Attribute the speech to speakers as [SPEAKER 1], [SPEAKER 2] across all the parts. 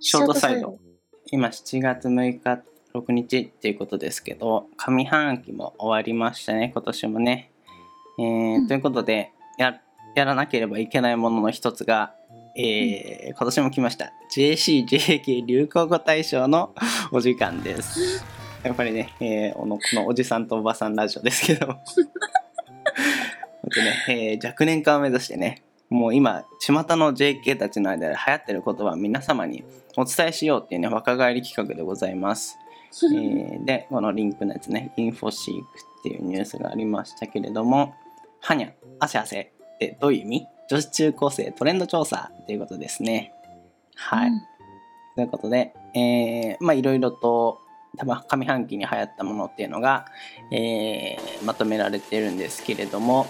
[SPEAKER 1] ショートサイド。今7月6日、6日っていうことですけど、上半期も終わりましたね、今年もね。えー
[SPEAKER 2] うん
[SPEAKER 1] ということでや、やらなければいけないものの一つが、えー今年も来ました。JCJK 流行語大賞の お時 間です。やっぱりね、えーおのこのおじさんとおばさんラジオですけ ど。本当ね、えー若年化を目指してね、もう今、巷の JK たちの間で流行ってる言葉を皆様にお伝えしようっていうね、若返り企画でございます。えーで、このリンクのやつね、インフォシークっていうニュースがありましたけれども、はにゃ、汗汗ってどういう意味女子中高生トレンド調査っていうことですね。はい。
[SPEAKER 2] うん
[SPEAKER 1] ということで、えーまあいろいろと多分上半期に流行ったものっていうのが、えーまとめられてるんですけれども、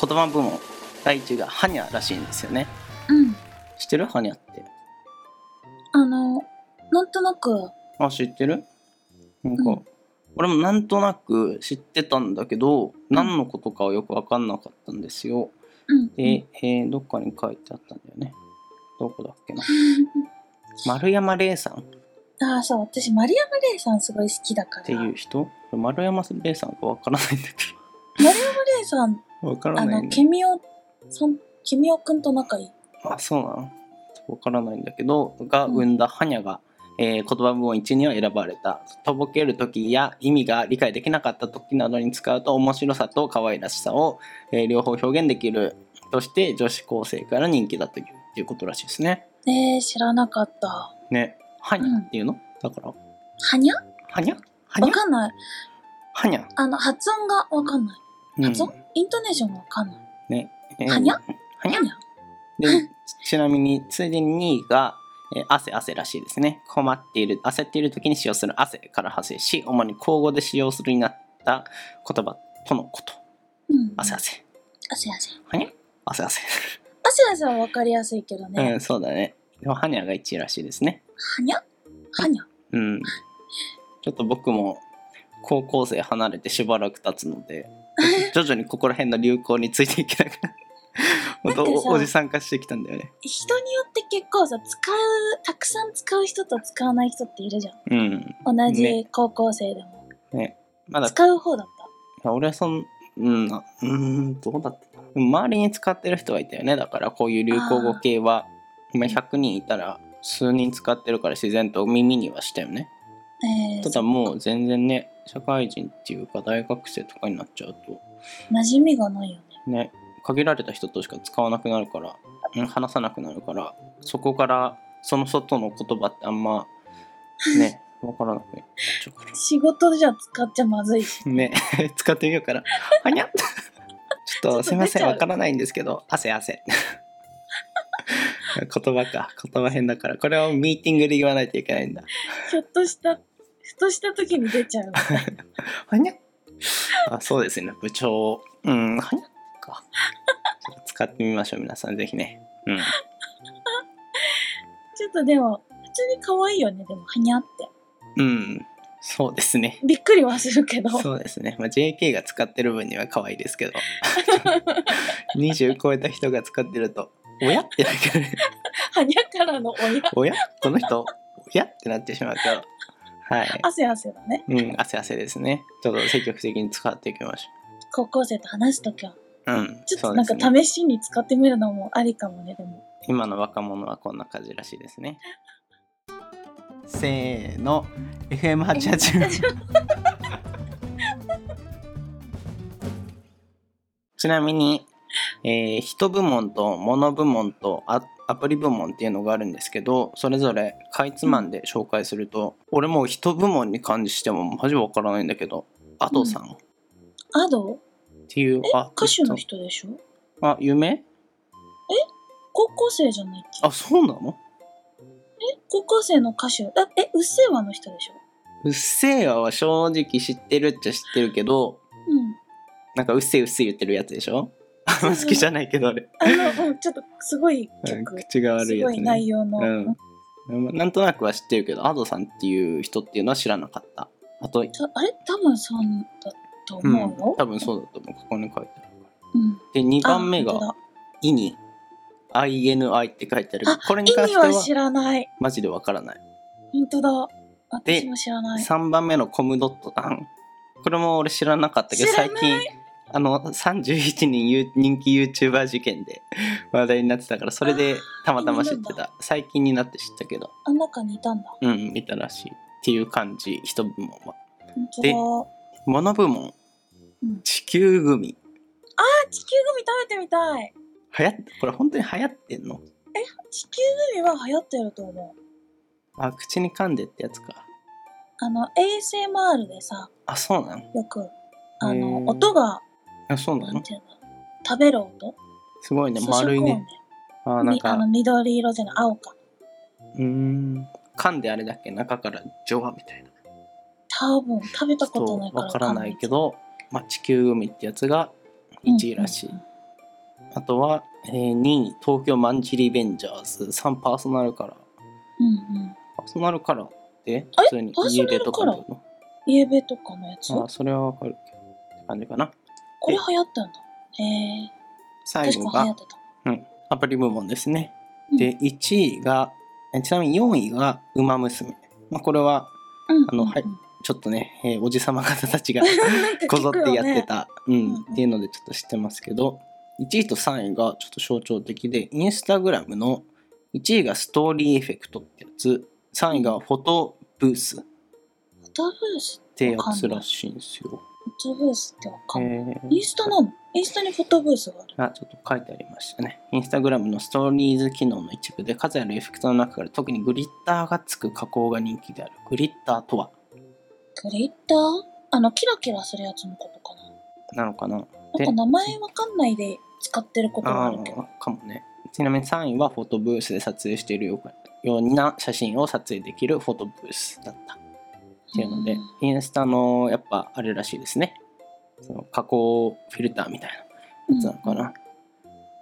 [SPEAKER 1] 言葉部門第1位がハニャらしいんですよね。
[SPEAKER 2] うん。
[SPEAKER 1] 知ってるハニャって。
[SPEAKER 2] あの、なんとなく、
[SPEAKER 1] あ、知ってるなんか、
[SPEAKER 2] うん
[SPEAKER 1] 俺もなんとなく知ってたんだけど、何のことかはよく分かんなかったんですよ。
[SPEAKER 2] うん。
[SPEAKER 1] で、えーどっかに書いてあったんだよね。どこだっけな。丸山礼さんっ
[SPEAKER 2] ああ、そう、私、丸山礼さんすごい好きだから。
[SPEAKER 1] ていう人丸山礼さんかわからないんだけ
[SPEAKER 2] 礼さん、
[SPEAKER 1] ど。わから
[SPEAKER 2] あ
[SPEAKER 1] ない
[SPEAKER 2] の、
[SPEAKER 1] んだ
[SPEAKER 2] ケミオさん、ケミオくんと仲いい。
[SPEAKER 1] あ、そうなのわからないんだけど、が
[SPEAKER 2] うん
[SPEAKER 1] 生んだハニャが、えー言葉部門1には選ばれた。とぼける時や意味が理解できなかった時などに使うと面白さと可愛らしさを、えー両方表現できるとして女子高生から人気だというっていうことらしいですね。
[SPEAKER 2] えー、知らなかった。
[SPEAKER 1] ね。ハニャっていうの、だから、
[SPEAKER 2] はにゃ
[SPEAKER 1] ハニャハニ
[SPEAKER 2] わ
[SPEAKER 1] ャ
[SPEAKER 2] かんない。
[SPEAKER 1] ハニャ。
[SPEAKER 2] あの、発音がわかんない。
[SPEAKER 1] うん
[SPEAKER 2] 発音、イントネーションがわかんない。
[SPEAKER 1] ね。えー
[SPEAKER 2] はにゃ
[SPEAKER 1] はにゃ
[SPEAKER 2] はにゃ
[SPEAKER 1] でちなみについでに2位が、えー汗汗らしいですね困っている焦っている時に使用する汗から派生し主に口語で使用するようになった言葉とのこと
[SPEAKER 2] うん。
[SPEAKER 1] 汗。汗
[SPEAKER 2] 汗汗。
[SPEAKER 1] はにゃ汗汗
[SPEAKER 2] 汗汗はわかりやすいけど
[SPEAKER 1] う
[SPEAKER 2] ね。
[SPEAKER 1] んそうだねでもはにゃが1位らしいですね
[SPEAKER 2] はにゃはにゃ
[SPEAKER 1] うんちょっと僕も高校生離れてしばらく経つので徐々にここら辺の流行についていけなくなほんと
[SPEAKER 2] だってさ
[SPEAKER 1] おおじさん化してきたんだよね
[SPEAKER 2] 人によって結構さ、使う、たくさん使う人と使わない人っているじゃん。
[SPEAKER 1] うん
[SPEAKER 2] 同
[SPEAKER 1] ね
[SPEAKER 2] じ高校生でも、
[SPEAKER 1] まだ
[SPEAKER 2] 使う方だっ
[SPEAKER 1] いや俺はそんうんあうーんどうだったかなでも周りに使ってる人がいたよねだからこういう流行語系は今100人いたら数人使ってるから自然と耳にはしたよね
[SPEAKER 2] た、えー、
[SPEAKER 1] ただもう全然ね社会人っていうか大学生とかになっちゃうと
[SPEAKER 2] 馴染みがないよね
[SPEAKER 1] ね限られた人としか使わなくなるからうん話さなくなるからそこからその外の言葉ってあんまね分からなくなっちゃうから
[SPEAKER 2] 仕事じゃ使っちゃまずいし
[SPEAKER 1] ね使ってみ ようかな。はにゃちょっとすいません、わからないんですけど、汗汗。 言葉か、言葉変だから、これをミーティングで言わないといけないんだ。
[SPEAKER 2] ひょっとしたふとした時に出ちゃ う
[SPEAKER 1] はにゃあそうですね、部長。うん、はにゃか。ちょっと使ってみましょう、皆さん、ぜひね。うん。
[SPEAKER 2] ちょっとでも普通に可愛いよねでもはにゃって
[SPEAKER 1] うん、そうです ね。
[SPEAKER 2] びっくりはするけど
[SPEAKER 1] そうですね。まあ、JK が使ってる分には可愛いですけど、20超えた人が使ってると、おやってなるからね
[SPEAKER 2] はにゃからの親
[SPEAKER 1] おやこの人、おやってなってしまうから。はい。
[SPEAKER 2] 汗汗だね
[SPEAKER 1] うん、汗汗ですね。ちょっと積極的に使っていきまし
[SPEAKER 2] 高校生と話す時は
[SPEAKER 1] ょう。うん、
[SPEAKER 2] ちょっ
[SPEAKER 1] そ
[SPEAKER 2] と
[SPEAKER 1] うで
[SPEAKER 2] なん
[SPEAKER 1] す
[SPEAKER 2] か
[SPEAKER 1] ね。
[SPEAKER 2] 試しに使ってみるのもありかもねでも
[SPEAKER 1] 今の若者はこんな感じらしいですね。せーの、FM88。ちなみに、えー人部門と物部門とアアプリ部門っていうのがあるんですけどそれぞれかいつまんで紹介すると俺もう人部門に感じしてもマジわからないんだけどアドさんっ
[SPEAKER 2] アド
[SPEAKER 1] ていうアーテ
[SPEAKER 2] 歌
[SPEAKER 1] ィス
[SPEAKER 2] 手
[SPEAKER 1] ト
[SPEAKER 2] の人でしょ
[SPEAKER 1] あ夢
[SPEAKER 2] 高校生じゃないっけ
[SPEAKER 1] あそうなの
[SPEAKER 2] 高校生の歌手だえうっせぇわの人でしょ
[SPEAKER 1] うっせぇわは正直知ってるっちゃ知ってるけど
[SPEAKER 2] うん
[SPEAKER 1] なんかうっせぇうっせぇ言ってるやつでしょあんま好きじゃないけど俺、
[SPEAKER 2] あ の、うん、ちょっとすごい
[SPEAKER 1] うん
[SPEAKER 2] 曲、
[SPEAKER 1] 口が悪い
[SPEAKER 2] す
[SPEAKER 1] や
[SPEAKER 2] ご
[SPEAKER 1] つ
[SPEAKER 2] い
[SPEAKER 1] ね
[SPEAKER 2] 内容の、
[SPEAKER 1] うんなんとなくは知ってるけどアドさんっていう人っていうのは知らなかったあと
[SPEAKER 2] たあれ多分そうだと
[SPEAKER 1] うん
[SPEAKER 2] 思うよ、
[SPEAKER 1] 多分そうだと思うここに書いてある
[SPEAKER 2] うん、
[SPEAKER 1] で2
[SPEAKER 2] あ
[SPEAKER 1] 番目
[SPEAKER 2] 本当
[SPEAKER 1] が
[SPEAKER 2] だ
[SPEAKER 1] イニ INI って書いてある
[SPEAKER 2] あ
[SPEAKER 1] これに
[SPEAKER 2] 意
[SPEAKER 1] 関
[SPEAKER 2] 味
[SPEAKER 1] しては
[SPEAKER 2] は知らない。
[SPEAKER 1] マジでわからない、
[SPEAKER 2] 本当だ。
[SPEAKER 1] で
[SPEAKER 2] 私も知らない。
[SPEAKER 1] 3番目のコムドットタンこれも俺知らなかったけど
[SPEAKER 2] 知らな
[SPEAKER 1] 最
[SPEAKER 2] い
[SPEAKER 1] 近あの31人ゆ人気 YouTuber 事件で話題になってたからそれでたまたま知っ
[SPEAKER 2] 気
[SPEAKER 1] て
[SPEAKER 2] にな
[SPEAKER 1] た最近になって知ったけど
[SPEAKER 2] あん中にいたんだ。
[SPEAKER 1] うん見たらしいっていう感じ一部門は
[SPEAKER 2] 本当
[SPEAKER 1] 物部門
[SPEAKER 2] うん
[SPEAKER 1] 地球グミ
[SPEAKER 2] だ。あ、地球グミ食べてみたい。
[SPEAKER 1] 流行っこれ本当に流行ってんの
[SPEAKER 2] 地球グミは流行ってると思う。
[SPEAKER 1] あ口に噛んでってやつか
[SPEAKER 2] あの、ASMR でさ、
[SPEAKER 1] あそうなの
[SPEAKER 2] よく、あ
[SPEAKER 1] へ
[SPEAKER 2] の、
[SPEAKER 1] ー
[SPEAKER 2] 音が、
[SPEAKER 1] あそうな
[SPEAKER 2] なん
[SPEAKER 1] の
[SPEAKER 2] ていうの、食べる音
[SPEAKER 1] すごいね
[SPEAKER 2] 咀嚼
[SPEAKER 1] 丸い
[SPEAKER 2] 音
[SPEAKER 1] ねあなん
[SPEAKER 2] みあの
[SPEAKER 1] か
[SPEAKER 2] 緑色じゃない、青か。
[SPEAKER 1] うーん噛んであれだっけ中からジョワみたいな
[SPEAKER 2] 多分、食べ
[SPEAKER 1] ち
[SPEAKER 2] た
[SPEAKER 1] ょっ
[SPEAKER 2] ことない
[SPEAKER 1] と
[SPEAKER 2] から
[SPEAKER 1] わからないけ
[SPEAKER 2] わ
[SPEAKER 1] ど、まあ、地球グミってやつが
[SPEAKER 2] かんない
[SPEAKER 1] 1位らしい、
[SPEAKER 2] うんうん
[SPEAKER 1] あとは、え2位東京マンチリベンジャーズ3パーソナルカラー
[SPEAKER 2] うんうん。
[SPEAKER 1] パーソナルカラーって
[SPEAKER 2] あれ
[SPEAKER 1] 普通に家でとか
[SPEAKER 2] パー
[SPEAKER 1] の
[SPEAKER 2] イエベとかのやつ
[SPEAKER 1] あそれはわかるけどって感じかな
[SPEAKER 2] これ流行ったんだ。へえ
[SPEAKER 1] 最後
[SPEAKER 2] 確かに流行
[SPEAKER 1] が
[SPEAKER 2] ってた。
[SPEAKER 1] アプリ部門ですね
[SPEAKER 2] うん
[SPEAKER 1] で1位がえちなみに4位が「ウマ娘」まあ、これは
[SPEAKER 2] うん、
[SPEAKER 1] あのはいちょっとね、えーおじさま方たちがこぞってやってた、うん、っていうのでちょっと知ってますけど1位と3位がちょっと象徴的でインスタグラムの1位がストーリーエフェクトってやつ3位がフォトブースっ
[SPEAKER 2] フォトブース
[SPEAKER 1] てやつらしいんですよ。
[SPEAKER 2] フォトブースってわかんない。
[SPEAKER 1] えー
[SPEAKER 2] インスタなのインスタにフォトブースがある。
[SPEAKER 1] あちょっと書いてありましたね。インスタグラムのストーリーズ機能の一部で数あるエフェクトの中から特にグリッターがつく加工が人気である。グリッターとは
[SPEAKER 2] グリッターあの、キラキラするやつのことかな。
[SPEAKER 1] なのかな
[SPEAKER 2] なんか名前わかんないで使ってることがあるけど。
[SPEAKER 1] あーかもねちなみに3位はフォトブースで撮影しているようような写真を撮影できるフォトブースだったっていうので、
[SPEAKER 2] うん
[SPEAKER 1] インスタのやっぱあれらしいですねその加工フィルターみたいなやつなのかな、
[SPEAKER 2] う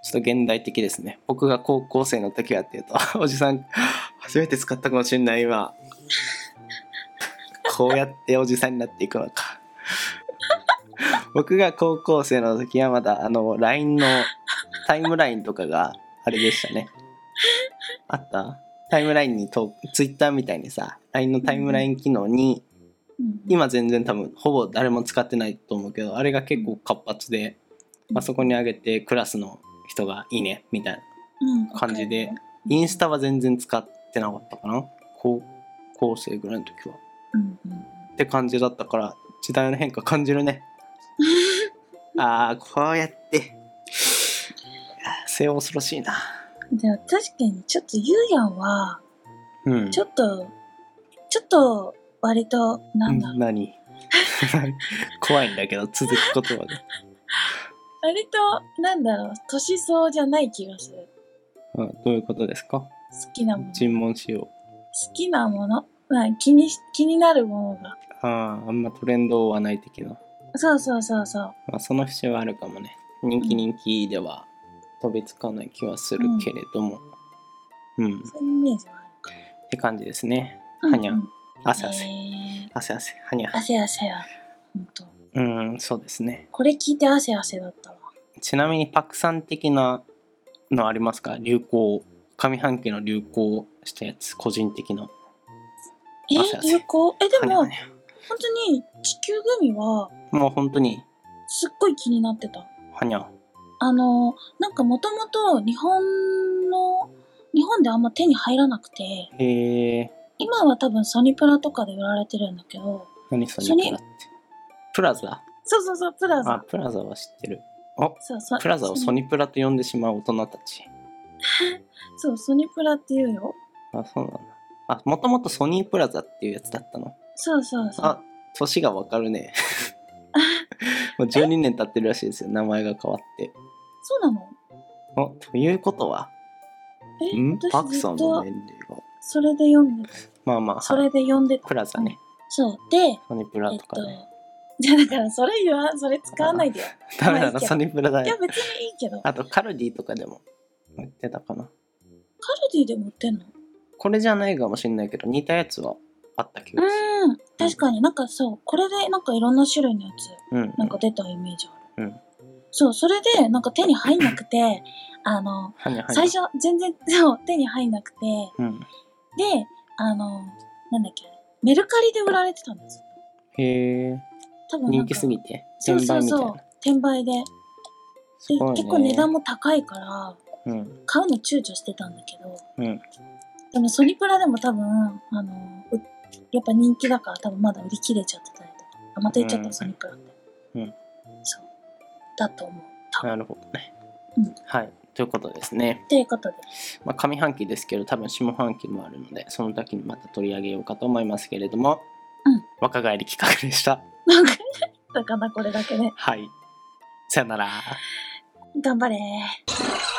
[SPEAKER 1] ちょっと現代的ですね僕が高校生の時はっていうと おじさん初めて使ったかもしれない今こうやっておじさんになっていくのか僕が高校生の時はまだあの LINE のタイムラインとかがあれでしたねあったタイムラインにと Twitter みたいにさ LINE のタイムライン機能に
[SPEAKER 2] うん
[SPEAKER 1] 今全然多分ほぼ誰も使ってないと思うけどあれが結構活発で、まあ、そこに上げてクラスの人がいいねみたいな感じで、インスタは全然使ってなかったかな高校生ぐらいの時は
[SPEAKER 2] うんうんうんうん
[SPEAKER 1] って感じだったから時代の変化感じ るねああこうやってあー末恐ろしいな
[SPEAKER 2] でも確かにちょっとゆうやんは
[SPEAKER 1] うん
[SPEAKER 2] ちょっと、ちょっと割となんだろう、
[SPEAKER 1] 何 怖いんだけど続く言葉で
[SPEAKER 2] 割となんだろう年相じゃない気がする
[SPEAKER 1] うんどういうことですか
[SPEAKER 2] 好きなもの好
[SPEAKER 1] 尋問しよ
[SPEAKER 2] きなものまあ気にし気になるものが
[SPEAKER 1] うあああんまトレンドはない的な、
[SPEAKER 2] そうそうそうそう
[SPEAKER 1] まあ、その節はあるかもね人気人気では飛びつかない気はするけれどもうん、っ
[SPEAKER 2] そういうイメージはあるか
[SPEAKER 1] て感じですね
[SPEAKER 2] ら
[SPEAKER 1] はにゃ
[SPEAKER 2] うんうん
[SPEAKER 1] 汗
[SPEAKER 2] え
[SPEAKER 1] 汗
[SPEAKER 2] ー
[SPEAKER 1] 汗汗はにゃ
[SPEAKER 2] 汗汗やほんと
[SPEAKER 1] うんそうですね
[SPEAKER 2] これ聞いて汗汗だったわ
[SPEAKER 1] ちなみにパクさん的なのありますか流行上半期の流行したやつ個人的な
[SPEAKER 2] え
[SPEAKER 1] 汗汗
[SPEAKER 2] 流行えで
[SPEAKER 1] はにゃ
[SPEAKER 2] も
[SPEAKER 1] は
[SPEAKER 2] 本
[SPEAKER 1] にゃ
[SPEAKER 2] 当に地球グミは
[SPEAKER 1] もう本当に
[SPEAKER 2] すっごい気になってた
[SPEAKER 1] はにゃ
[SPEAKER 2] あのなんかもともと日本の日本であんま手に入らなくて
[SPEAKER 1] へえ
[SPEAKER 2] 今は多分ソニプラとかで売られてるんだけど
[SPEAKER 1] 何それプラってプラザ
[SPEAKER 2] そうそうそうプラ
[SPEAKER 1] あ
[SPEAKER 2] ザ
[SPEAKER 1] プラザは知ってる
[SPEAKER 2] そうそう
[SPEAKER 1] プラザをソニプラと呼んでしまう大人たち
[SPEAKER 2] そうソニプラって言うよ
[SPEAKER 1] あそうなんだあもともとソニープラザっていうやつだったの
[SPEAKER 2] そうそうそう
[SPEAKER 1] あ年がわか るねもう12年経ってるらしいですよ名前が変わって
[SPEAKER 2] そうなの
[SPEAKER 1] あということは
[SPEAKER 2] え
[SPEAKER 1] ん
[SPEAKER 2] 私
[SPEAKER 1] パクさ
[SPEAKER 2] ず
[SPEAKER 1] ん
[SPEAKER 2] っ
[SPEAKER 1] の
[SPEAKER 2] と
[SPEAKER 1] 年齢が
[SPEAKER 2] それで読んで
[SPEAKER 1] まあまあ、
[SPEAKER 2] そ
[SPEAKER 1] はい
[SPEAKER 2] れで読んでた
[SPEAKER 1] プラザね
[SPEAKER 2] そうで
[SPEAKER 1] ソニプラ
[SPEAKER 2] えっ
[SPEAKER 1] と
[SPEAKER 2] と
[SPEAKER 1] かね、
[SPEAKER 2] じゃあだからそれ言わんそれ使わないでよ
[SPEAKER 1] ダメだ
[SPEAKER 2] まあいけ
[SPEAKER 1] ない
[SPEAKER 2] ど
[SPEAKER 1] ソニプラだ
[SPEAKER 2] いや
[SPEAKER 1] よ
[SPEAKER 2] 別にいいけどカル
[SPEAKER 1] あとカルディとかでも売ってたかな
[SPEAKER 2] ディでも売ってんの
[SPEAKER 1] これじゃないかもしれないけど似たやつはあった気がす
[SPEAKER 2] うん確かになんかそうこれでなんかいろんな種類のやつ
[SPEAKER 1] るうん
[SPEAKER 2] なんか出たイメージある、
[SPEAKER 1] うん
[SPEAKER 2] そうそれでなんか手に入んなくて あの、
[SPEAKER 1] はいはい。
[SPEAKER 2] 最初全然そう手に入んなくて、
[SPEAKER 1] うん。
[SPEAKER 2] で、あの、なんだっけ、メルカリで売られてたんですよ。
[SPEAKER 1] へえ。
[SPEAKER 2] 多分なん
[SPEAKER 1] 人
[SPEAKER 2] か
[SPEAKER 1] 気すぎて。
[SPEAKER 2] そう
[SPEAKER 1] 転
[SPEAKER 2] そう
[SPEAKER 1] 売みたい
[SPEAKER 2] そう
[SPEAKER 1] な。。
[SPEAKER 2] 転売で。
[SPEAKER 1] す
[SPEAKER 2] で、
[SPEAKER 1] ごいね。
[SPEAKER 2] 結構値段も高いから、
[SPEAKER 1] うん。
[SPEAKER 2] 買うの躊躇してたんだけど、
[SPEAKER 1] うん。
[SPEAKER 2] でもソニプラでも多分、あの、うやっぱ人気だから多分まだ売り切れちゃってたりとか。あ、また言っちゃった、
[SPEAKER 1] うん
[SPEAKER 2] ソニプラって。
[SPEAKER 1] うん。
[SPEAKER 2] そう。だと思う。多分。
[SPEAKER 1] なるほどね
[SPEAKER 2] うん。
[SPEAKER 1] はい。ということですね。
[SPEAKER 2] ということで。
[SPEAKER 1] まあ、上半期ですけど、多分下半期もあるので、その時にまた取り上げようかと思いますけれども、
[SPEAKER 2] うん
[SPEAKER 1] 若返り企画でした。
[SPEAKER 2] なんか、だからこれだけで。
[SPEAKER 1] はい。さよなら。
[SPEAKER 2] 頑張れー。